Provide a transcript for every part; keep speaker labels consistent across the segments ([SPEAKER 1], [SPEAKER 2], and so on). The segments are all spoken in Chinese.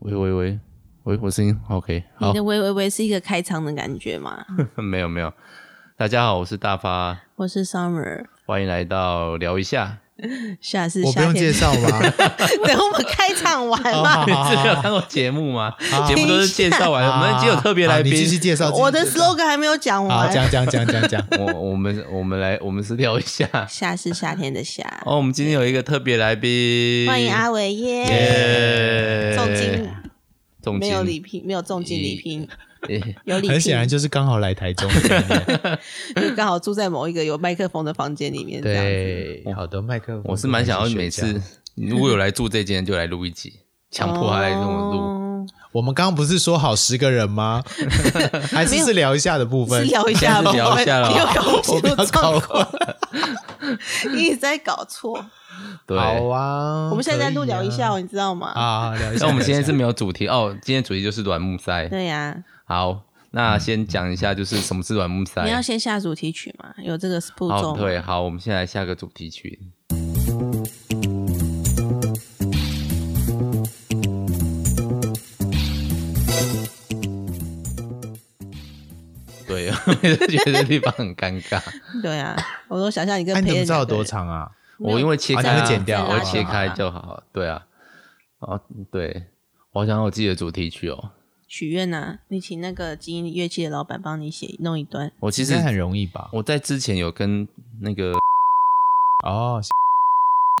[SPEAKER 1] 喂喂喂喂，我声音 OK
[SPEAKER 2] 你
[SPEAKER 1] 好，
[SPEAKER 2] 的喂喂喂是一个开场的感觉吗？
[SPEAKER 3] 嗯
[SPEAKER 1] 没有没有，大家好，我是大发，
[SPEAKER 2] 我是 Summer，
[SPEAKER 1] 欢迎来到聊一下。
[SPEAKER 2] 夏是
[SPEAKER 3] 我不
[SPEAKER 2] 夏
[SPEAKER 3] 用介
[SPEAKER 2] 天。
[SPEAKER 3] 绍吧？
[SPEAKER 2] 等我们开场完
[SPEAKER 3] 好
[SPEAKER 2] 了，
[SPEAKER 3] 好
[SPEAKER 1] 你
[SPEAKER 3] 好
[SPEAKER 1] 之前有
[SPEAKER 3] 好
[SPEAKER 1] 看过节目吗？节
[SPEAKER 2] 听
[SPEAKER 1] 目
[SPEAKER 2] 一
[SPEAKER 1] 都是介绍完，我们今天有特别来
[SPEAKER 3] 啊好你
[SPEAKER 1] 宾。
[SPEAKER 3] 继续介绍。
[SPEAKER 2] 我的
[SPEAKER 3] 继续介绍
[SPEAKER 2] slogan 还没有讲
[SPEAKER 3] 好，
[SPEAKER 2] 完。
[SPEAKER 3] 讲讲讲 讲讲，
[SPEAKER 1] 我我们我们来我们是聊一下。
[SPEAKER 2] 夏是夏天的夏，
[SPEAKER 1] 哦，我们今天有一个特别来宾，
[SPEAKER 2] 欢迎阿伟耶！
[SPEAKER 1] 耶，
[SPEAKER 2] 重金
[SPEAKER 1] 重金
[SPEAKER 2] 没有礼品，没有重金礼品，
[SPEAKER 1] 诶
[SPEAKER 2] 有礼
[SPEAKER 3] 很显然
[SPEAKER 2] 品，
[SPEAKER 3] 就是刚好来台中的概念。
[SPEAKER 2] 就刚好住在某一个有麦克风的房间里面这样子。
[SPEAKER 1] 对，
[SPEAKER 3] 好的，麦克风，
[SPEAKER 1] 我是蛮想要每
[SPEAKER 3] 学
[SPEAKER 1] 次
[SPEAKER 3] 家。
[SPEAKER 1] 如果有来住这间，就来录一集，强迫他来跟我录。
[SPEAKER 2] 录，
[SPEAKER 3] 我们刚刚不是说好十个人 吗？还是是聊一下的部
[SPEAKER 2] 是
[SPEAKER 3] 分？
[SPEAKER 2] 聊一下吧，
[SPEAKER 1] 现在是聊一下了
[SPEAKER 2] 你又搞
[SPEAKER 3] 我不
[SPEAKER 2] 错
[SPEAKER 3] 要搞
[SPEAKER 2] 状
[SPEAKER 3] 混
[SPEAKER 2] 况， 你一直在搞错。
[SPEAKER 1] 对，
[SPEAKER 3] 好啊，
[SPEAKER 2] 我们现在在录
[SPEAKER 3] 可以啊
[SPEAKER 2] 聊一下哦，你知道吗？
[SPEAKER 3] 啊，聊一下。
[SPEAKER 1] 那我们今天
[SPEAKER 3] 聊一
[SPEAKER 1] 是没有主题哦，今天主题就是软木塞。
[SPEAKER 2] 对呀，
[SPEAKER 1] 好，那先讲一下就是什么是软木塞
[SPEAKER 2] 嗯你。要先下主题曲嘛，有这个步骤
[SPEAKER 1] 好，
[SPEAKER 2] 吗。
[SPEAKER 1] 哦对，好，我们现在来下个主题曲。对，我就觉得这地方很尴 尬。
[SPEAKER 2] 对啊，我都想象你
[SPEAKER 3] 下
[SPEAKER 2] 跟
[SPEAKER 3] 哎，你
[SPEAKER 2] 裴
[SPEAKER 3] 怎么
[SPEAKER 2] 彦
[SPEAKER 3] 知道有
[SPEAKER 2] 两个
[SPEAKER 3] 多
[SPEAKER 2] 人？
[SPEAKER 3] 长啊？
[SPEAKER 1] 我因为切开
[SPEAKER 3] 啊
[SPEAKER 1] 啊
[SPEAKER 3] 你会剪掉
[SPEAKER 1] 我会切
[SPEAKER 2] 再拉
[SPEAKER 1] 开
[SPEAKER 2] 就好
[SPEAKER 1] 就好。对啊，哦，对，我好想有自己的主题曲哦。
[SPEAKER 2] 许愿呐，你请那个基因乐器的老板帮你写弄一段。
[SPEAKER 1] 我其
[SPEAKER 3] 其
[SPEAKER 1] 实
[SPEAKER 3] 实很容易吧？
[SPEAKER 1] 我在之前有跟那个
[SPEAKER 3] 哦，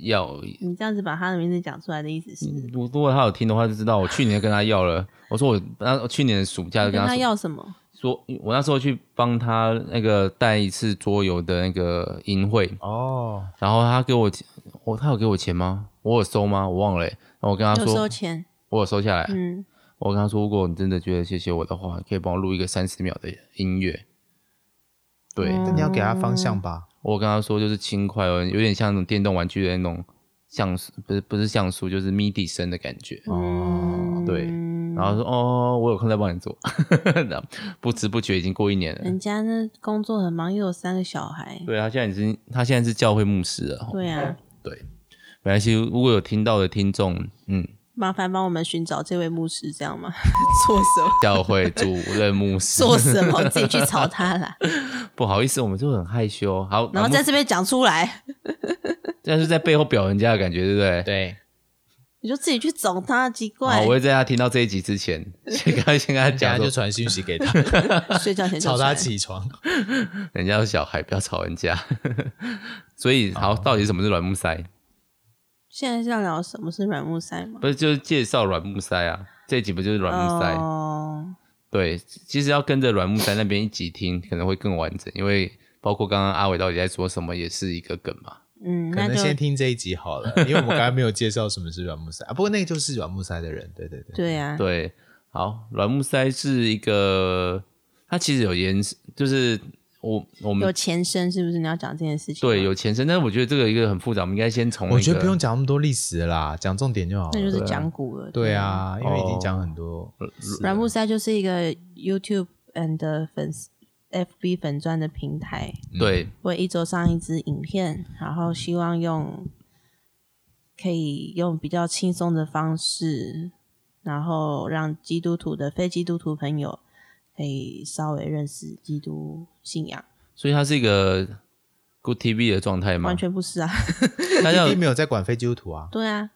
[SPEAKER 1] 要
[SPEAKER 2] 你这样子把他的名字讲出来的意思是，
[SPEAKER 1] 嗯如如果他有听的话，就知道我去年跟他要了。 我说我那我去年的暑假就
[SPEAKER 2] 你
[SPEAKER 1] 跟
[SPEAKER 2] 跟
[SPEAKER 1] 他
[SPEAKER 2] 他
[SPEAKER 1] 说
[SPEAKER 2] 要什么？
[SPEAKER 1] 说，我那时候去帮他那个带一次桌游的那个营会，
[SPEAKER 3] 哦，
[SPEAKER 1] 然后他给我钱，我他有给我钱吗？我有收吗？我忘了欸、然后我跟他
[SPEAKER 2] 有收
[SPEAKER 1] 说，哎
[SPEAKER 2] 钱，
[SPEAKER 1] 我有收下来。
[SPEAKER 2] 嗯，
[SPEAKER 1] 我跟他说，如果你真的觉得谢谢我的话，可以帮我录一个三十秒的音乐。对，
[SPEAKER 2] 嗯
[SPEAKER 3] 那你要给他方向吧？
[SPEAKER 1] 我跟他说就是轻快哦，有点像那种电动玩具的那种像素，不是不是像素，就是 MIDI 声的感觉。
[SPEAKER 2] 哦
[SPEAKER 1] 对然后说哦，我有空再帮你做。 然后不知不觉已经过一年了。
[SPEAKER 2] 人家那工作很忙，又有三个小孩，
[SPEAKER 1] 对他现在已经，他现在是教会牧师了。
[SPEAKER 2] 对啊，
[SPEAKER 1] 对，没关系。如果有听到的听众，嗯，
[SPEAKER 2] 麻烦帮我们寻找这位牧师，这样吗？ 做什么？
[SPEAKER 1] 教会主任牧师，
[SPEAKER 2] 做什么？自己去找他 啦。
[SPEAKER 1] 不好意思，我们就很害羞。好，
[SPEAKER 2] 然
[SPEAKER 1] 那
[SPEAKER 2] 后在这边讲出来，
[SPEAKER 1] 但是在背后表人家的感觉，对不对？
[SPEAKER 3] 对，
[SPEAKER 2] 你就自己去找他，奇
[SPEAKER 1] 好，
[SPEAKER 2] 怪
[SPEAKER 1] 哦我。会在他听到这一集之 前，先跟他先跟他
[SPEAKER 3] 等
[SPEAKER 1] 讲
[SPEAKER 3] 下就
[SPEAKER 1] 说，
[SPEAKER 3] 传讯息给他，
[SPEAKER 2] 睡觉前就
[SPEAKER 3] 吵他
[SPEAKER 2] 传
[SPEAKER 3] 起床。
[SPEAKER 1] 人家有小孩，不要吵人家。 所以，好，
[SPEAKER 3] 哦
[SPEAKER 1] 到底什么是软木塞？
[SPEAKER 2] 现在是要聊什么是软木塞吗？
[SPEAKER 1] 不是就是介绍软木塞啊？这一集不就是软木塞？
[SPEAKER 2] 哦，
[SPEAKER 1] 对，其实要跟着软木塞那边一起听，可能会更完整，因为包括刚刚阿伟到底在说什么，也是一个梗嘛。
[SPEAKER 2] 嗯，
[SPEAKER 3] 可
[SPEAKER 2] 那
[SPEAKER 3] 能
[SPEAKER 2] 就
[SPEAKER 3] 先听这一集好了，因为我们刚才没有介绍什么是软木塞啊。不过那个就是软木塞的人，对对对，
[SPEAKER 2] 对啊，
[SPEAKER 1] 对，好，软木塞是一个，它其实有延伸，就是我我
[SPEAKER 2] 有
[SPEAKER 1] 们
[SPEAKER 2] 前身是不是？你要讲这件事情？
[SPEAKER 1] 对，有前身，但是我觉得这个一个很复杂，我们应该先从、
[SPEAKER 3] 我觉得不用讲那么多历史了啦，讲重点就好了。
[SPEAKER 2] 那就是
[SPEAKER 3] 对啊
[SPEAKER 2] 讲古了。
[SPEAKER 3] 对，啊，因为已
[SPEAKER 1] 哦
[SPEAKER 3] 经讲很多次了
[SPEAKER 2] 软木塞就是一个 YouTube and 粉丝 FB 粉钻的平台，
[SPEAKER 1] 对
[SPEAKER 2] 会一周上一支影片，然后希望用可以用比较轻松的方式，然后让基督徒的非基督徒朋友可以稍微认识基督信仰。
[SPEAKER 1] 所以它是一个 Good TV 的状态嘛
[SPEAKER 2] 完，全不是啊，
[SPEAKER 1] 大家
[SPEAKER 3] 弟弟
[SPEAKER 1] 有
[SPEAKER 3] 没有在管非基督徒啊，
[SPEAKER 2] 对啊，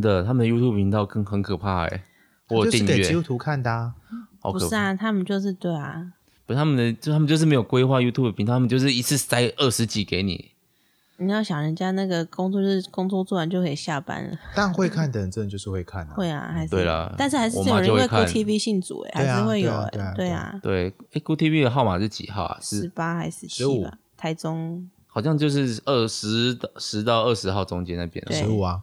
[SPEAKER 1] 真的他们的 YouTube 频道更很可怕哎、我有
[SPEAKER 3] 就是
[SPEAKER 1] 订
[SPEAKER 3] 给基
[SPEAKER 1] 阅
[SPEAKER 3] 督，徒看的啊。
[SPEAKER 1] 好
[SPEAKER 2] 不
[SPEAKER 1] 可
[SPEAKER 2] 是
[SPEAKER 1] 怕。
[SPEAKER 2] 啊，他们就是对啊，
[SPEAKER 1] 不是他们的，就他们就是没有规划 YouTube 频道，他们就是一次塞二十集给你，
[SPEAKER 2] 你要想人家那个工作就是工作做完就可以下班了，
[SPEAKER 3] 但会看的人真的就是会看啊。
[SPEAKER 2] 会啊，还是
[SPEAKER 1] 对啦
[SPEAKER 2] 但是还是
[SPEAKER 1] 我
[SPEAKER 2] 有
[SPEAKER 1] 妈
[SPEAKER 2] 人
[SPEAKER 1] 就
[SPEAKER 2] 因
[SPEAKER 1] 会
[SPEAKER 2] 为 Go
[SPEAKER 1] 看
[SPEAKER 2] TV 信主哎、
[SPEAKER 3] 对啊
[SPEAKER 2] 还是会有哎、
[SPEAKER 3] 对
[SPEAKER 2] 对
[SPEAKER 3] 啊对啊
[SPEAKER 2] 啊，
[SPEAKER 1] 对，哎，Good TV 的号码是几号啊？
[SPEAKER 2] 十
[SPEAKER 1] 是
[SPEAKER 2] 八还是十七
[SPEAKER 3] 15
[SPEAKER 2] 吧，台中
[SPEAKER 1] 好像就是二十十到二十号中间那边啊。
[SPEAKER 2] 对
[SPEAKER 3] 十五啊，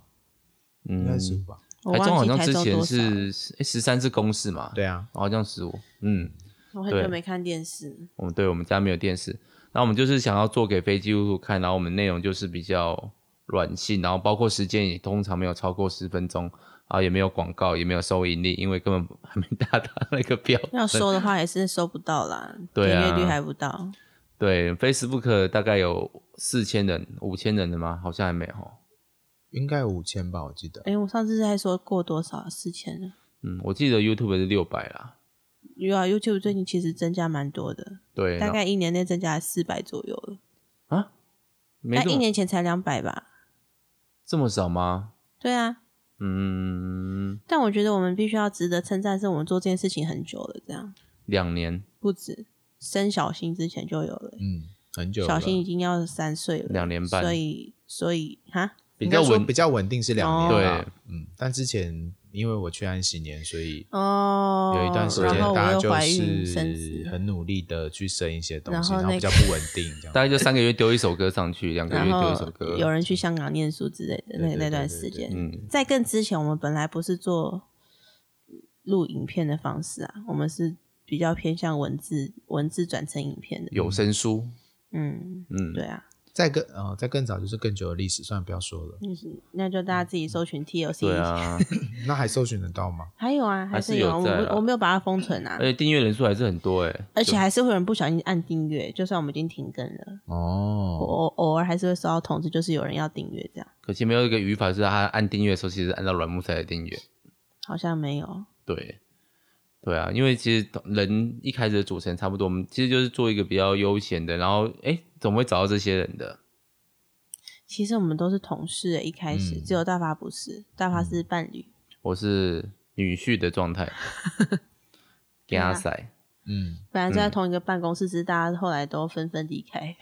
[SPEAKER 3] 应该
[SPEAKER 1] 嗯
[SPEAKER 3] 是，十五吧？
[SPEAKER 2] 我
[SPEAKER 1] 台中好
[SPEAKER 2] 忘记
[SPEAKER 1] 像
[SPEAKER 2] 台
[SPEAKER 1] 之
[SPEAKER 2] 中
[SPEAKER 1] 前
[SPEAKER 2] 多少了，
[SPEAKER 1] 是哎十三是公式嘛，，
[SPEAKER 3] 对啊，
[SPEAKER 1] 好像十五，嗯，
[SPEAKER 2] 我很
[SPEAKER 1] 对
[SPEAKER 2] 久没看电视，
[SPEAKER 1] 我们对我们家没有电视，那我们就是想要做给非基督徒看，然后我们内容就是比较软性，然后包括时间也通常没有超过十分钟。啊，也没有广告，也没有收盈利，因为根本还没达到 那个标准。
[SPEAKER 2] 要收的话也是收不到啦，
[SPEAKER 1] 对
[SPEAKER 2] 点
[SPEAKER 1] 啊
[SPEAKER 2] 阅率还不到，
[SPEAKER 1] 对，Facebook 大概有四千人、五千人的吗？好像还没有。哦
[SPEAKER 3] 应该有五千吧，我记得。
[SPEAKER 2] 哎、我上次还说过多少四千了，
[SPEAKER 1] 嗯，我记得 YouTube 是六百啦，
[SPEAKER 2] 有啊，YouTube 最近其实增加蛮多的，
[SPEAKER 1] 对，啊
[SPEAKER 2] 大概一年内增加四百左右了。
[SPEAKER 1] 然后啊，没
[SPEAKER 2] 但
[SPEAKER 1] 这
[SPEAKER 2] 一
[SPEAKER 1] 么
[SPEAKER 2] 年前才两百吧？
[SPEAKER 1] 这么少吗？
[SPEAKER 2] 对啊，
[SPEAKER 1] 嗯，
[SPEAKER 2] 但我觉得我们必须要值得称赞，是我们做这件事情很久了，这样
[SPEAKER 1] 两年，
[SPEAKER 2] 不止生小新之前就有了，
[SPEAKER 3] 嗯，很久了
[SPEAKER 2] 小新已经要三岁了，
[SPEAKER 1] 两年半
[SPEAKER 2] 所以所以哈，
[SPEAKER 1] 比
[SPEAKER 3] 应
[SPEAKER 1] 较
[SPEAKER 3] 该说
[SPEAKER 1] 稳
[SPEAKER 3] 比较稳定是两
[SPEAKER 2] 哦
[SPEAKER 3] 年啦，嗯，但之前因为我去安息年，所以
[SPEAKER 2] 哦，
[SPEAKER 3] 有一段时间
[SPEAKER 2] 然后
[SPEAKER 3] 大
[SPEAKER 2] 我
[SPEAKER 3] 家
[SPEAKER 2] 又
[SPEAKER 3] 就
[SPEAKER 2] 怀孕生
[SPEAKER 3] 是
[SPEAKER 2] 子，
[SPEAKER 3] 很努力的去生一些东西，
[SPEAKER 2] 然后
[SPEAKER 3] 然后
[SPEAKER 2] 那
[SPEAKER 3] 比
[SPEAKER 2] 个
[SPEAKER 3] 较不稳定 这样。
[SPEAKER 1] 大概就三个月丢一首歌上去，两个月
[SPEAKER 2] 然
[SPEAKER 1] 丢一
[SPEAKER 2] 后
[SPEAKER 1] 首歌，
[SPEAKER 2] 有人去香港念书之类的那
[SPEAKER 3] 对对
[SPEAKER 2] 那
[SPEAKER 3] 对
[SPEAKER 2] 段
[SPEAKER 3] 对
[SPEAKER 2] 时间，
[SPEAKER 1] 嗯，
[SPEAKER 2] 在更之前，我们本来不是做录影片的方式啊，我们是比较偏向文字文字转成影片的。
[SPEAKER 1] 有声书，
[SPEAKER 2] 嗯，
[SPEAKER 1] 嗯，
[SPEAKER 2] 对啊，
[SPEAKER 3] 再更呃，再更早就是更久的历史，算了，不要说了。
[SPEAKER 2] 就是那就大家自己搜寻 TLC
[SPEAKER 1] 对
[SPEAKER 2] 一下。
[SPEAKER 1] 啊，
[SPEAKER 3] 那还搜寻得到吗？
[SPEAKER 2] 还有啊，
[SPEAKER 1] 还是
[SPEAKER 2] 是有啊，
[SPEAKER 1] 有在
[SPEAKER 2] 我
[SPEAKER 1] 啦
[SPEAKER 2] 不我没有把它封存啊
[SPEAKER 3] 哎
[SPEAKER 1] 而，且订阅人数还是很多哎，
[SPEAKER 2] 而且还是会有人不小心按订阅，就算我们已经停更了，我
[SPEAKER 3] 哦，
[SPEAKER 2] 偶偶尔还是会收到通知，就是有人要订阅这样，
[SPEAKER 1] 可惜没有一个语法是他按订阅的时候，其实按照软木塞来订阅。
[SPEAKER 2] 好像没有。
[SPEAKER 1] 对，对啊，因为其实人一开始的组成差不多，我们其实就是做一个比较悠闲的，然后哎，怎么会找到这些人的？
[SPEAKER 2] 其实我们都是同事欸，一开始、
[SPEAKER 3] 嗯
[SPEAKER 2] 只有大发不是，大发是伴侣。
[SPEAKER 1] 我是女婿的状 态，给他
[SPEAKER 2] 啊
[SPEAKER 1] 塞，
[SPEAKER 3] 嗯，
[SPEAKER 2] 本来就在同一个办公室，只是大家后来都纷纷离开。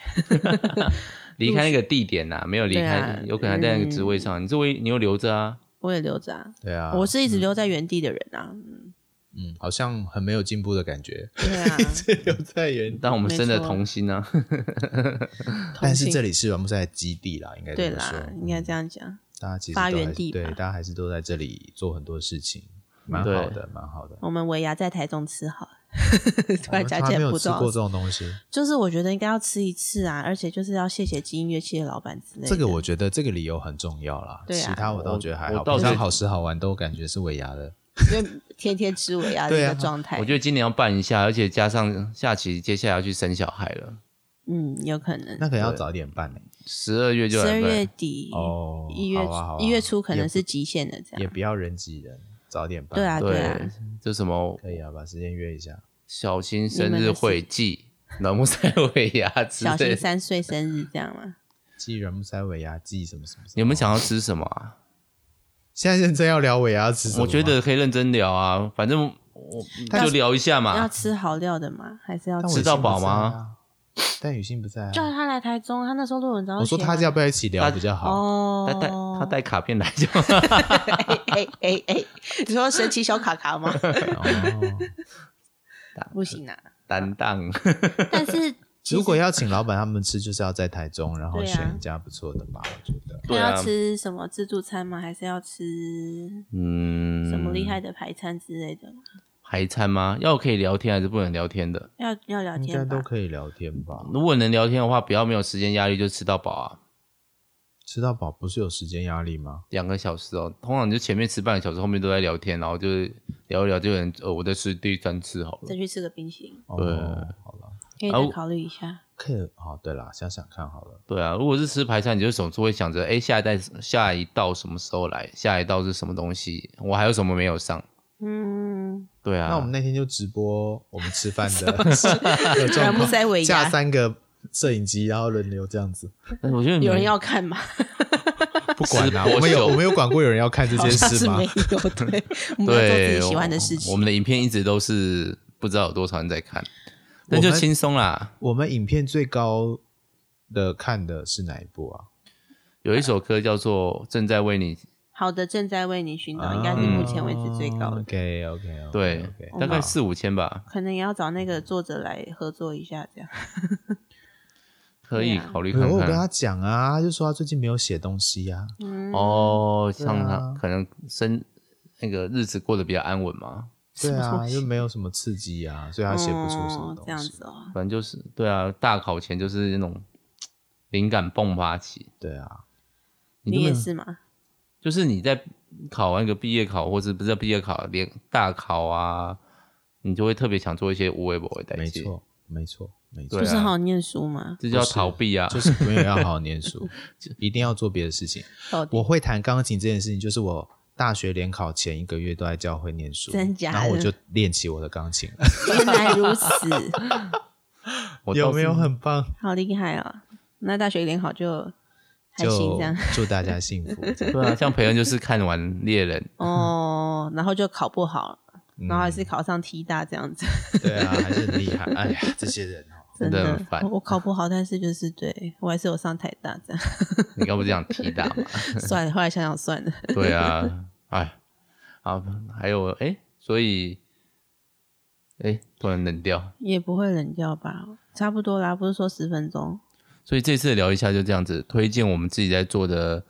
[SPEAKER 1] 离开那个地点呐、没有离
[SPEAKER 2] 对
[SPEAKER 1] 开，
[SPEAKER 2] 啊嗯
[SPEAKER 1] 有可能还在那个职位上，你这位你又留着啊，
[SPEAKER 2] 我也留着啊，
[SPEAKER 3] 对啊，
[SPEAKER 2] 我是一直留在原地的人啊。
[SPEAKER 3] 嗯，好像很没有进步的感觉，
[SPEAKER 2] 对 啊，
[SPEAKER 3] 留在原地。
[SPEAKER 1] 但我们生的
[SPEAKER 2] 没错
[SPEAKER 1] 童心啊，
[SPEAKER 3] 但是这
[SPEAKER 2] 里
[SPEAKER 3] 里是软木塞的基地啦，应该
[SPEAKER 2] 对
[SPEAKER 3] 这么说嗯
[SPEAKER 2] 啦，应该这样讲。
[SPEAKER 3] 大家其实都
[SPEAKER 2] 发
[SPEAKER 3] 还
[SPEAKER 2] 源
[SPEAKER 3] 是
[SPEAKER 2] 地吧
[SPEAKER 3] 对，大家还是都在这里做很多事情，蛮好的，蛮好的。
[SPEAKER 2] 我们尾牙在台中吃好了， 突然
[SPEAKER 3] 我
[SPEAKER 2] 讲
[SPEAKER 3] 从
[SPEAKER 2] 起来
[SPEAKER 3] 来哦没有
[SPEAKER 2] 不
[SPEAKER 3] 吃
[SPEAKER 2] 重
[SPEAKER 3] 过这
[SPEAKER 2] 要，
[SPEAKER 3] 种东西，
[SPEAKER 2] 就是我觉得应该要吃一次啊，而且就是要谢谢基因乐器的老板之类的。
[SPEAKER 3] 这个我觉得这个理由很重要啦。
[SPEAKER 2] 对啊
[SPEAKER 3] 其他我倒觉得还
[SPEAKER 1] 我
[SPEAKER 3] 好，
[SPEAKER 1] 我倒
[SPEAKER 3] 平常
[SPEAKER 1] 是
[SPEAKER 3] 好吃好玩都感觉是尾牙的。
[SPEAKER 2] 因为天天吃尾牙的一
[SPEAKER 3] 对啊
[SPEAKER 2] 个状态，
[SPEAKER 1] 我觉得今年要办一下，而且加上下期接下来要去生小孩了，
[SPEAKER 2] 嗯有可能
[SPEAKER 3] 那可能要早一点办呢。欸
[SPEAKER 1] 十二月
[SPEAKER 2] 十
[SPEAKER 1] 就
[SPEAKER 2] 二
[SPEAKER 1] 来
[SPEAKER 2] 月
[SPEAKER 1] 办，
[SPEAKER 2] 底
[SPEAKER 3] 哦
[SPEAKER 2] 一月
[SPEAKER 3] 好啊好啊
[SPEAKER 2] 一月初可能
[SPEAKER 3] 也
[SPEAKER 2] 是极限的这
[SPEAKER 3] 也
[SPEAKER 2] 样。
[SPEAKER 3] 不要人挤人，早点办。
[SPEAKER 2] 啊对啊，对啊，
[SPEAKER 1] 就什么
[SPEAKER 3] 可以啊，把时间约一下。
[SPEAKER 1] 小新生日会祭、软木塞尾牙之
[SPEAKER 2] 小
[SPEAKER 1] 类
[SPEAKER 2] 新
[SPEAKER 1] 的。
[SPEAKER 2] 三岁生日这样 嘛。
[SPEAKER 3] 记软木塞尾牙，记什么什么什么。
[SPEAKER 1] 你们想要吃什么啊？
[SPEAKER 3] 现在认真要聊尾牙吃什么啊
[SPEAKER 1] 我
[SPEAKER 3] 吗？
[SPEAKER 1] 觉得可以认真聊啊，反正我
[SPEAKER 3] 但
[SPEAKER 1] 就聊一下
[SPEAKER 2] 要
[SPEAKER 1] 嘛。
[SPEAKER 2] 吃好料的吗？还是要
[SPEAKER 3] 啊但我
[SPEAKER 2] 吃？
[SPEAKER 1] 吃到饱吗
[SPEAKER 3] 雨欣不在啊？但雨欣不在
[SPEAKER 2] 叫
[SPEAKER 3] 啊。
[SPEAKER 2] 他来台中，他那时候论文早就
[SPEAKER 3] 我说
[SPEAKER 2] 写
[SPEAKER 3] 他
[SPEAKER 2] 完
[SPEAKER 3] 要不要一起聊比较好？
[SPEAKER 2] 哦，
[SPEAKER 1] 他带他带卡片来就，
[SPEAKER 2] 哎哎哎，你说神奇小卡卡 吗？
[SPEAKER 3] 哦
[SPEAKER 2] 不行啊，
[SPEAKER 1] 担当。
[SPEAKER 2] 但是其实
[SPEAKER 3] 如果要请老板他们吃，就是要在台中，然后
[SPEAKER 2] 对啊
[SPEAKER 3] 选一家不错的吧，我觉得。
[SPEAKER 2] 他
[SPEAKER 1] 对啊
[SPEAKER 2] 要吃什么自助餐吗？还是要吃
[SPEAKER 1] 嗯，
[SPEAKER 2] 什么厉害的排餐之类的吗？
[SPEAKER 1] 排餐吗？要可以聊天还是不能聊天的？
[SPEAKER 2] 要要聊
[SPEAKER 3] 应该
[SPEAKER 2] 天吧
[SPEAKER 3] 都？可以聊天吧？
[SPEAKER 1] 如果能聊天的话，不要没有时间压力就吃到饱啊，
[SPEAKER 3] 吃到饱不是有时间压力吗？
[SPEAKER 1] 两个小时哦。通常就前面吃半个小时，后面都在聊天，然后就是聊一聊，就有人呃我在吃第三次好
[SPEAKER 2] 再
[SPEAKER 1] 了。
[SPEAKER 2] 去吃个冰淇淋，
[SPEAKER 3] 哦
[SPEAKER 1] 对，
[SPEAKER 3] 好了，
[SPEAKER 2] 可以
[SPEAKER 1] 啊
[SPEAKER 2] 再
[SPEAKER 1] 我
[SPEAKER 2] 考虑一下。
[SPEAKER 3] 可以。好，哦对啦，想想看好了。
[SPEAKER 1] 对啊，如果是吃排餐，你就总是会想着，哎，下一代下一道什么时候来？下一道是什么东西？我还有什么没有上？
[SPEAKER 2] 嗯，
[SPEAKER 1] 对啊，
[SPEAKER 3] 那我们那天就直播我们吃饭的 有状
[SPEAKER 2] 软木
[SPEAKER 3] 况
[SPEAKER 2] 塞尾
[SPEAKER 3] 架
[SPEAKER 2] 牙，
[SPEAKER 3] 三个摄影机，然后轮流这样子。
[SPEAKER 1] 但我觉得你
[SPEAKER 2] 有人
[SPEAKER 1] 们
[SPEAKER 2] 要看吗？
[SPEAKER 3] 不管啦、
[SPEAKER 1] 直播秀
[SPEAKER 3] 我们有我们有管过有人要看这
[SPEAKER 2] 好
[SPEAKER 3] 件
[SPEAKER 2] 像是
[SPEAKER 3] 事吗
[SPEAKER 2] 没？有， 对，我们要做自
[SPEAKER 1] 对
[SPEAKER 2] 己喜欢的事情
[SPEAKER 1] 我。。我们的影片一直都是不知道有多少人在看，那
[SPEAKER 3] 我
[SPEAKER 1] 就
[SPEAKER 3] 们
[SPEAKER 1] 轻松啦。
[SPEAKER 3] 我们影片最高的看的是哪一部啊？
[SPEAKER 1] 有一首歌叫做《正在为你》，
[SPEAKER 2] 好的，正在为你寻找，哦应该是目前为止最高的，
[SPEAKER 3] OK OK，
[SPEAKER 1] 对
[SPEAKER 3] OK，
[SPEAKER 1] 大
[SPEAKER 2] 哦
[SPEAKER 1] 概四五千吧，
[SPEAKER 2] 可能也要找那个作者来合作一下，这样。
[SPEAKER 1] 可以
[SPEAKER 2] 对啊
[SPEAKER 1] 考虑
[SPEAKER 3] 没有
[SPEAKER 1] 看
[SPEAKER 3] 我有跟
[SPEAKER 1] 看。
[SPEAKER 3] 他讲啊，他就说他最近没有写东西啊呀、
[SPEAKER 2] 嗯，
[SPEAKER 1] 哦，像
[SPEAKER 3] 对
[SPEAKER 1] 他
[SPEAKER 3] 啊
[SPEAKER 1] 可能生那个日子过得比较安稳嘛，
[SPEAKER 3] 对
[SPEAKER 2] 什么
[SPEAKER 3] 啊，
[SPEAKER 2] 东西
[SPEAKER 3] 就没有什么刺激啊，所以他写不出什么
[SPEAKER 2] 哦这
[SPEAKER 3] 东
[SPEAKER 2] 样
[SPEAKER 3] 西。
[SPEAKER 2] 子哦。
[SPEAKER 1] 反正就是对啊，大考前就是那种灵感迸发期，
[SPEAKER 3] 对啊，
[SPEAKER 1] 你
[SPEAKER 2] 你
[SPEAKER 1] 根
[SPEAKER 2] 也
[SPEAKER 1] 本
[SPEAKER 2] 是吗？
[SPEAKER 1] 就是你在考完一个毕业考，或是不是毕业考，连大考啊，你就会特别想做一些无微不为的代
[SPEAKER 3] 没
[SPEAKER 1] 际，
[SPEAKER 3] 错，没错，没错
[SPEAKER 1] 对啊
[SPEAKER 2] 不，是好好念书吗？
[SPEAKER 1] 这叫逃避啊。
[SPEAKER 3] 就是 没有要好好念书，一定要做别的事情。
[SPEAKER 2] 到底
[SPEAKER 3] 我会弹钢琴这件事情，就是我大学联考前一个月都在教会念书，
[SPEAKER 2] 真假的
[SPEAKER 3] 然后我就练起我的钢琴了，
[SPEAKER 2] 原来如此，
[SPEAKER 1] 我
[SPEAKER 3] 有
[SPEAKER 1] 倒是
[SPEAKER 3] 没有很棒？
[SPEAKER 2] 好厉害哦！那大学联考就还行
[SPEAKER 3] 就
[SPEAKER 2] 这样
[SPEAKER 3] 祝大家幸福。这样
[SPEAKER 1] 对啊？像培恩就是看完《猎人
[SPEAKER 2] 哦，然后就考不好，
[SPEAKER 3] 嗯
[SPEAKER 2] 然后还是考上 T 大这样子，
[SPEAKER 3] 对啊，还是很厉害。哎呀，这些人哦，
[SPEAKER 1] 真
[SPEAKER 2] 真
[SPEAKER 1] 的
[SPEAKER 2] 的
[SPEAKER 1] 很烦
[SPEAKER 2] 我我考不好，但是就是对我还是有上台大这样。》，
[SPEAKER 1] 你刚不是讲提打 嘛？
[SPEAKER 2] 算了，后来想想算了，
[SPEAKER 1] 对啊，哎，好，还有哎、所以哎、突然冷掉，
[SPEAKER 2] 也不会冷掉吧，差不多啦，不是说十分钟。
[SPEAKER 1] 所以这次聊一下就这样子，推荐我们自己在做的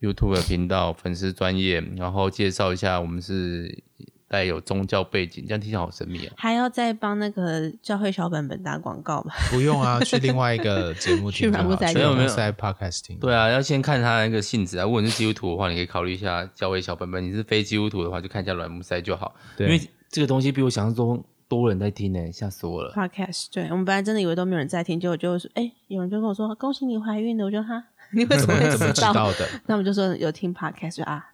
[SPEAKER 1] YouTube 的频道粉丝专业，然后介绍一下我们是带有宗教背景，这样听起来好神秘啊。
[SPEAKER 2] 还要再帮那个教会小本本打广告吧？
[SPEAKER 3] 不用啊，去另外一个节目
[SPEAKER 2] 去
[SPEAKER 3] 听就好，
[SPEAKER 2] 软木塞
[SPEAKER 3] 去软
[SPEAKER 1] 没有没
[SPEAKER 3] 木
[SPEAKER 1] 有
[SPEAKER 3] 塞 podcast 听。
[SPEAKER 1] 对啊，要先看他那个性质啊。如果你是基督徒的话，你可以考虑一下教会小本本；你是非基督徒的话，就看一下软木塞就好。因
[SPEAKER 3] 对
[SPEAKER 1] 为这个东西比我想象中多人在听呢、吓死我了。
[SPEAKER 2] podcast，对我们本来真的以为都没有人在听，结果就说，哎、有人就跟我说恭喜你怀孕了，我就哈， 你为什么
[SPEAKER 3] 怎
[SPEAKER 2] 会
[SPEAKER 3] 么知
[SPEAKER 2] 知
[SPEAKER 3] 道
[SPEAKER 2] 道？
[SPEAKER 3] 的？
[SPEAKER 2] 那我们就说有听 podcast 就啊，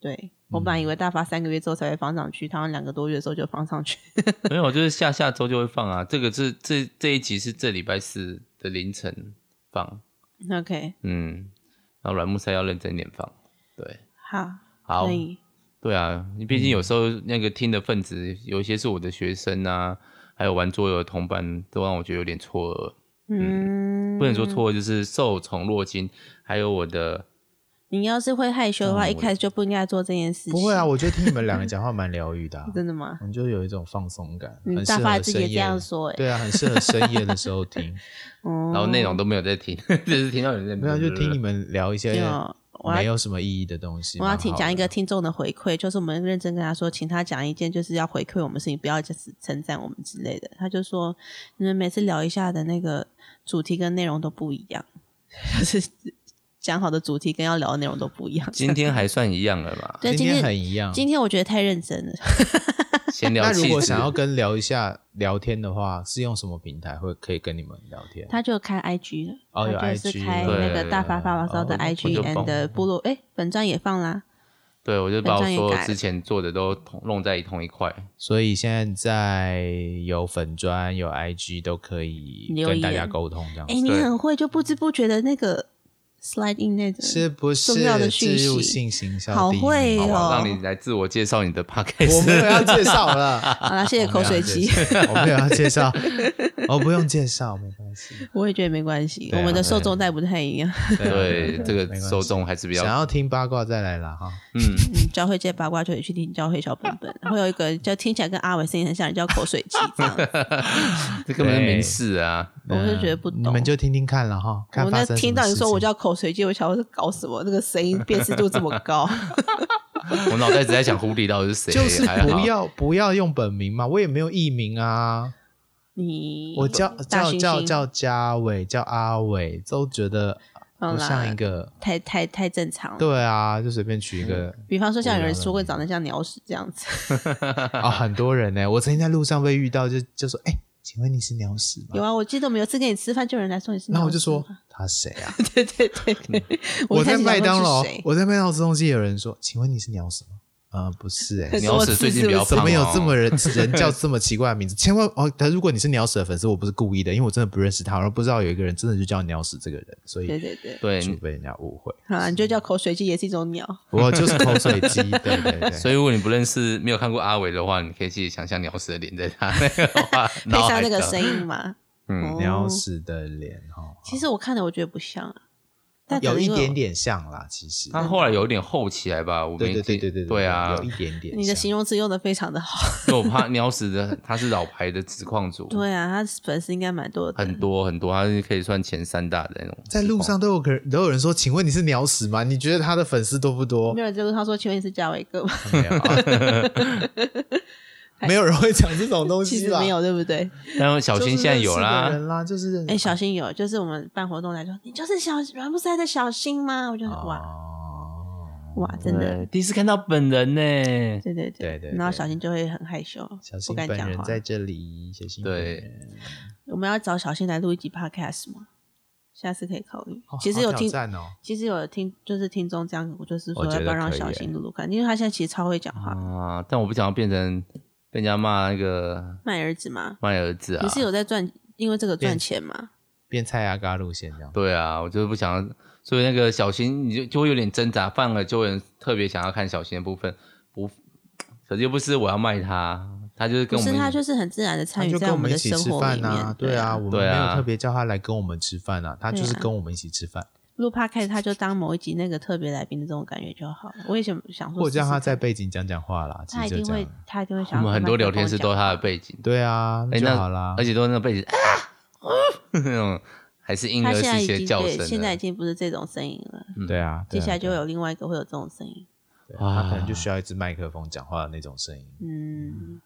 [SPEAKER 2] 对我本来以为大发三个月之后才会放上去，他们两个多月之后就放上去，
[SPEAKER 1] 没有，就是下下周就会放啊。这个是这这一集是这礼拜四的凌晨放，
[SPEAKER 2] OK，
[SPEAKER 1] 嗯，然后软木塞要认真点放，对，
[SPEAKER 2] 好，嗯
[SPEAKER 1] 好
[SPEAKER 2] 可，以，
[SPEAKER 1] 对啊，你毕竟
[SPEAKER 3] 嗯
[SPEAKER 1] 有时候那个听的分子，有一些是我的学生啊，还有玩桌游的同伴，都让我觉得有点错愕，
[SPEAKER 2] 嗯，
[SPEAKER 1] 不能说。错愕，就是受宠若惊。还有我的，
[SPEAKER 2] 你要是会害羞的话，
[SPEAKER 1] 嗯
[SPEAKER 2] 一开始就不应该做这件事情。
[SPEAKER 3] 不会啊，，我觉得听你们两个讲话蛮疗愈的啊，
[SPEAKER 2] 真的吗？
[SPEAKER 3] 我们就有一种放松感，
[SPEAKER 2] 嗯，
[SPEAKER 3] 很适
[SPEAKER 2] 大发
[SPEAKER 3] 合
[SPEAKER 2] 自己也
[SPEAKER 3] 深
[SPEAKER 2] 这
[SPEAKER 3] 夜。
[SPEAKER 2] 样说、欸，哎，
[SPEAKER 3] 对啊，很适合深夜的时候听。
[SPEAKER 2] 哦，
[SPEAKER 1] 然后内容都没有在听， 只是听到有人在
[SPEAKER 3] 没有，就听你们聊一些
[SPEAKER 2] 就我
[SPEAKER 3] 没
[SPEAKER 2] 要
[SPEAKER 3] 有什么意义的东西。
[SPEAKER 2] 我要
[SPEAKER 3] 蛮好
[SPEAKER 2] 听讲一
[SPEAKER 3] 的
[SPEAKER 2] 个听众的回馈，就是我们认真跟他说，请他讲一件就是要回馈我们事情，不要就是称赞我们之类的。他就说，你们每次聊一下的那个主题跟内容都不一样， 就是讲好的主题跟要聊的内容都不一样。
[SPEAKER 1] 今天还算一样了嘛，
[SPEAKER 2] 对，
[SPEAKER 3] 今
[SPEAKER 2] 今
[SPEAKER 3] 很一样。
[SPEAKER 2] 今天我觉得太认真了，
[SPEAKER 1] 闲聊
[SPEAKER 3] 那
[SPEAKER 1] 气
[SPEAKER 3] 如果
[SPEAKER 1] 质
[SPEAKER 3] 想要跟聊一下聊天的话，是用什么平台会可以跟你们聊天？
[SPEAKER 2] 他就开 IG 了，
[SPEAKER 3] 哦有
[SPEAKER 2] 他就是
[SPEAKER 3] IG
[SPEAKER 2] 开
[SPEAKER 1] 对
[SPEAKER 2] 那个大发发发烧的
[SPEAKER 3] 哦
[SPEAKER 1] 我
[SPEAKER 2] IG
[SPEAKER 1] 就放
[SPEAKER 2] and 部落，哎，本站也放啦，
[SPEAKER 1] 对我就把我
[SPEAKER 2] 本专业
[SPEAKER 1] 所有
[SPEAKER 2] 改了
[SPEAKER 1] 之前做的都同弄在同一块。
[SPEAKER 3] 所以现在有粉砖、有 IG 都可以
[SPEAKER 2] 留
[SPEAKER 3] 跟大
[SPEAKER 2] 言
[SPEAKER 3] 家沟通，这样
[SPEAKER 2] 哎，
[SPEAKER 3] 子
[SPEAKER 2] 你
[SPEAKER 1] 对
[SPEAKER 2] 很会，就不知不觉的那个 slide in 那种，
[SPEAKER 3] 是不是
[SPEAKER 2] 重要的讯
[SPEAKER 3] 植入
[SPEAKER 2] 息
[SPEAKER 3] 性行销？
[SPEAKER 2] 好会
[SPEAKER 1] 好
[SPEAKER 2] 哦
[SPEAKER 1] 啊，让你来自我介绍你的 podcast。
[SPEAKER 3] 哎我没有要介绍了，
[SPEAKER 2] 好啦，谢谢 口
[SPEAKER 3] 哦
[SPEAKER 2] 水鸡。
[SPEAKER 3] 我没有要介绍，我不用介绍，没关系。
[SPEAKER 2] 我也觉得没关系，
[SPEAKER 3] 对啊
[SPEAKER 2] 我们的受众带不太一样。
[SPEAKER 1] 对这
[SPEAKER 3] 没
[SPEAKER 1] 个
[SPEAKER 3] 关系
[SPEAKER 1] 受众还是比
[SPEAKER 3] 想
[SPEAKER 1] 较
[SPEAKER 3] 要听八卦再来啦哈。
[SPEAKER 2] 嗯，教会界八卦就得去听教会小本本，会有一个叫听起来跟阿伟声音很像，人叫口水鸡这 样。
[SPEAKER 3] 啊
[SPEAKER 1] 这根本是民事啊。
[SPEAKER 2] 我就觉得不懂
[SPEAKER 3] 你们就听听看了哈。看
[SPEAKER 2] 我那
[SPEAKER 3] 发生什么
[SPEAKER 2] 听到你说
[SPEAKER 3] 事情
[SPEAKER 2] 我叫口水鸡，我想我是搞什么？那个声音辨识度这么高，
[SPEAKER 1] 我脑袋只在想狐狸到底是谁，
[SPEAKER 3] 就是
[SPEAKER 1] 还好
[SPEAKER 3] 不要不要用本名嘛，我也没有艺名啊，
[SPEAKER 2] 你
[SPEAKER 3] 我叫
[SPEAKER 2] 大
[SPEAKER 3] 叫
[SPEAKER 2] 猩猩
[SPEAKER 3] 叫叫嘉伟，叫阿伟，都觉得
[SPEAKER 2] 好
[SPEAKER 3] 不
[SPEAKER 2] 啦
[SPEAKER 3] 像一个。
[SPEAKER 2] 太太太正常了。
[SPEAKER 3] 对啊，就随便取一 个
[SPEAKER 2] 比方说像有人说会长得像鸟屎这样子，
[SPEAKER 3] 啊，很多人呢，我曾经在路上被遇到，就就说，哎，请问你是鸟屎吗
[SPEAKER 2] 有？啊，我记得我们有一次跟你吃饭，就有人来说你是鸟屎。
[SPEAKER 3] 然后我就说，他谁啊？
[SPEAKER 2] 对对对 对，
[SPEAKER 3] 我
[SPEAKER 2] 一开
[SPEAKER 3] 在
[SPEAKER 2] 始
[SPEAKER 3] 麦
[SPEAKER 2] 想
[SPEAKER 3] 当
[SPEAKER 2] 说
[SPEAKER 3] 劳
[SPEAKER 2] 是谁，
[SPEAKER 3] 我在麦当劳吃东西，有人说，请问你是鸟屎吗？啊，不是哎，
[SPEAKER 1] 你要是最近比较
[SPEAKER 3] 怎
[SPEAKER 1] 胖哦，
[SPEAKER 3] 么有这么人人叫这么奇怪的名字？千万哦！但如果你是鸟屎的粉丝，我不是故意的，因为我真的不认识他，然后不知道有一个人真的就叫鸟屎这个人，所
[SPEAKER 2] 对
[SPEAKER 3] 以
[SPEAKER 2] 对对，
[SPEAKER 1] 对？
[SPEAKER 3] 就被人家误会。
[SPEAKER 2] 好啦，你就叫口水鸡也是一种鸟。
[SPEAKER 3] 我就是口水鸡，对对对。
[SPEAKER 1] 所以如果你不认识、没有看过阿伟的话，你可以自己想象鸟屎的脸在他那 个画
[SPEAKER 2] 配
[SPEAKER 1] 脑海
[SPEAKER 2] 上那个
[SPEAKER 1] 中
[SPEAKER 2] 声音 嘛。
[SPEAKER 1] 嗯
[SPEAKER 2] 哦
[SPEAKER 3] 鸟屎的脸哦，
[SPEAKER 2] 其实我看了，我觉得不像啊，但可
[SPEAKER 3] 有
[SPEAKER 2] 能
[SPEAKER 3] 一
[SPEAKER 2] 因为
[SPEAKER 3] 点点像啦，其实。
[SPEAKER 1] 他后来有点厚起来吧？我
[SPEAKER 3] 对
[SPEAKER 1] 没
[SPEAKER 3] 对对
[SPEAKER 1] 记
[SPEAKER 3] 对对
[SPEAKER 1] 对啊
[SPEAKER 3] 有，一点点像。
[SPEAKER 2] 你的形容词用的非常的 好。
[SPEAKER 1] 因为我怕鸟屎的，他是老牌的实况组，
[SPEAKER 2] 对啊，他粉丝应该蛮多的。
[SPEAKER 1] 很多很多，他是可以算前三大的那种。
[SPEAKER 3] 在路上都有个都有人说，请问你是鸟屎吗？你觉得他的粉丝多不多
[SPEAKER 2] 没？有人就跟他说：“请问你是嘉伟哥吗
[SPEAKER 3] 没有 啊，没有人会讲这种？”东
[SPEAKER 2] 其
[SPEAKER 3] 西
[SPEAKER 2] 实
[SPEAKER 3] 吧？
[SPEAKER 2] 没有，对不 对？
[SPEAKER 1] 但小
[SPEAKER 3] 就是
[SPEAKER 1] 新现在有
[SPEAKER 3] 认识
[SPEAKER 1] 啦
[SPEAKER 3] 的，人啦，就是认识
[SPEAKER 2] 哎，小新有，就是我们办活动来说，你就是小软木塞的小新吗？我就 哇
[SPEAKER 3] 哦
[SPEAKER 2] 哇，真的
[SPEAKER 1] 对，，第一次看到本人呢。
[SPEAKER 2] 对对
[SPEAKER 3] 对对对
[SPEAKER 2] 然后小新就会很害羞，
[SPEAKER 3] 小
[SPEAKER 2] 不
[SPEAKER 3] 新
[SPEAKER 2] 敢
[SPEAKER 3] 本
[SPEAKER 2] 讲
[SPEAKER 3] 人
[SPEAKER 2] 话。
[SPEAKER 3] 在这里，小新
[SPEAKER 1] 对
[SPEAKER 3] 本人
[SPEAKER 2] 我们要找小新来录一集 podcast 吗？下次可以考虑
[SPEAKER 3] 好。
[SPEAKER 2] 其实
[SPEAKER 3] 哦好
[SPEAKER 2] 有
[SPEAKER 3] 挑
[SPEAKER 2] 听，
[SPEAKER 3] 战哦，
[SPEAKER 2] 其实有听，就是听众这样，我就是说
[SPEAKER 1] 我觉
[SPEAKER 2] 要
[SPEAKER 1] 得
[SPEAKER 2] 不要让
[SPEAKER 1] 可以
[SPEAKER 2] 小
[SPEAKER 1] 耶
[SPEAKER 2] 新录录看，因为他现在其实超会讲
[SPEAKER 3] 嗯
[SPEAKER 2] 话，
[SPEAKER 1] 啊，但我不想要变成被人家骂那个
[SPEAKER 2] 卖儿子嘛，
[SPEAKER 1] 卖儿子啊
[SPEAKER 2] 你。是有在赚，因为这个赚
[SPEAKER 3] 变
[SPEAKER 2] 钱嘛？
[SPEAKER 3] 变蔡阿嘎路线这样。
[SPEAKER 1] 对啊，我就是不想要，所以那个小新你就就会有点挣扎，反而就会特别想要看小新的部分，不，可是又不是我要卖他，他就是
[SPEAKER 2] 不
[SPEAKER 1] 跟我
[SPEAKER 2] 是，
[SPEAKER 1] 们
[SPEAKER 2] 他就是很自然的
[SPEAKER 3] 他
[SPEAKER 2] 参与
[SPEAKER 3] 就
[SPEAKER 2] 在
[SPEAKER 3] 跟我
[SPEAKER 2] 们
[SPEAKER 3] 们一
[SPEAKER 2] 的
[SPEAKER 3] 起
[SPEAKER 2] 生
[SPEAKER 3] 吃
[SPEAKER 2] 活里
[SPEAKER 3] 饭
[SPEAKER 2] 面
[SPEAKER 3] 啊，。对啊，我们没
[SPEAKER 1] 对啊
[SPEAKER 3] 有特别叫他来跟我们吃饭啊，他就是跟我们一起吃饭，
[SPEAKER 2] 录 p o d 他就当某一集那个特别来宾的这种感觉就好了。我以前想说
[SPEAKER 3] 或
[SPEAKER 2] 试
[SPEAKER 3] 者
[SPEAKER 2] 试
[SPEAKER 3] 让
[SPEAKER 2] 看，
[SPEAKER 3] 他在背景讲讲话啦，其
[SPEAKER 2] 他
[SPEAKER 3] 实
[SPEAKER 2] 一
[SPEAKER 3] 就
[SPEAKER 2] 定
[SPEAKER 3] 这
[SPEAKER 2] 会
[SPEAKER 3] 样。，
[SPEAKER 2] 他一定会想
[SPEAKER 1] 我
[SPEAKER 2] 要
[SPEAKER 1] 们很多
[SPEAKER 2] 麦克
[SPEAKER 1] 聊天
[SPEAKER 2] 风
[SPEAKER 1] 是
[SPEAKER 2] 讲
[SPEAKER 1] 都是他的
[SPEAKER 2] 话
[SPEAKER 1] 背景，
[SPEAKER 3] 对啊，
[SPEAKER 1] 哎
[SPEAKER 3] 那就好啦
[SPEAKER 1] 而。且都是那背景啊， 那种还是婴
[SPEAKER 2] 他
[SPEAKER 1] 儿
[SPEAKER 2] 现在
[SPEAKER 1] 世
[SPEAKER 2] 已
[SPEAKER 1] 界
[SPEAKER 2] 经
[SPEAKER 1] 叫声
[SPEAKER 2] 对，
[SPEAKER 1] 的，
[SPEAKER 2] 现在已经不是这种声音了。
[SPEAKER 3] 对啊，
[SPEAKER 2] 接
[SPEAKER 3] 对啊
[SPEAKER 2] 下来就会
[SPEAKER 3] 对啊
[SPEAKER 2] 有另外一个会有这种声音。
[SPEAKER 3] 对啊他可能
[SPEAKER 1] 哇
[SPEAKER 3] 就需要一支麦克风讲话的那种声音。
[SPEAKER 2] 嗯，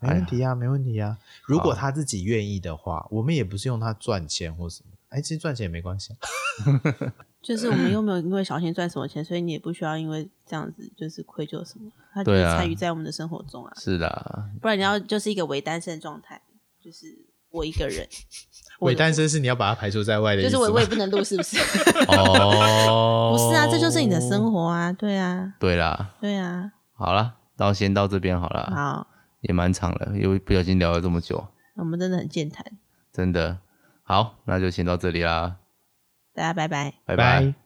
[SPEAKER 3] 没
[SPEAKER 1] 哎
[SPEAKER 3] 问题啊，没问题啊。如果他自己愿意的话，我们也不是用他赚钱或什么。哎，其实赚钱也没关系啊。
[SPEAKER 2] 就是我们又没有因为小新赚什么钱，所以你也不需要因为这样子就是愧疚什么。他就是
[SPEAKER 1] 对啊
[SPEAKER 2] 参与在我们的生活中啊，
[SPEAKER 1] 是 啦，
[SPEAKER 2] 不然你要就是一个伪单身状态，就是我一个 人，我
[SPEAKER 3] 伪单身是你要把他排除在外的意
[SPEAKER 2] 就
[SPEAKER 3] 思
[SPEAKER 2] 是
[SPEAKER 3] 吗，
[SPEAKER 2] 我我也不能录，是不 是？
[SPEAKER 1] 哦
[SPEAKER 2] 不是啊，这就是你的
[SPEAKER 3] 哦
[SPEAKER 2] 生。活啊，对啊，
[SPEAKER 1] 对啦，
[SPEAKER 2] 对啊。
[SPEAKER 1] 好了，到先到这边好
[SPEAKER 3] 啊
[SPEAKER 1] 了，
[SPEAKER 2] 好，
[SPEAKER 1] 也蛮长了，又不小心聊了这么久，
[SPEAKER 2] 我们真的很健谈，
[SPEAKER 1] 真的。好，那就先到这里啦，
[SPEAKER 2] 大家拜拜。
[SPEAKER 1] 拜
[SPEAKER 3] 拜
[SPEAKER 1] 拜。
[SPEAKER 3] 拜。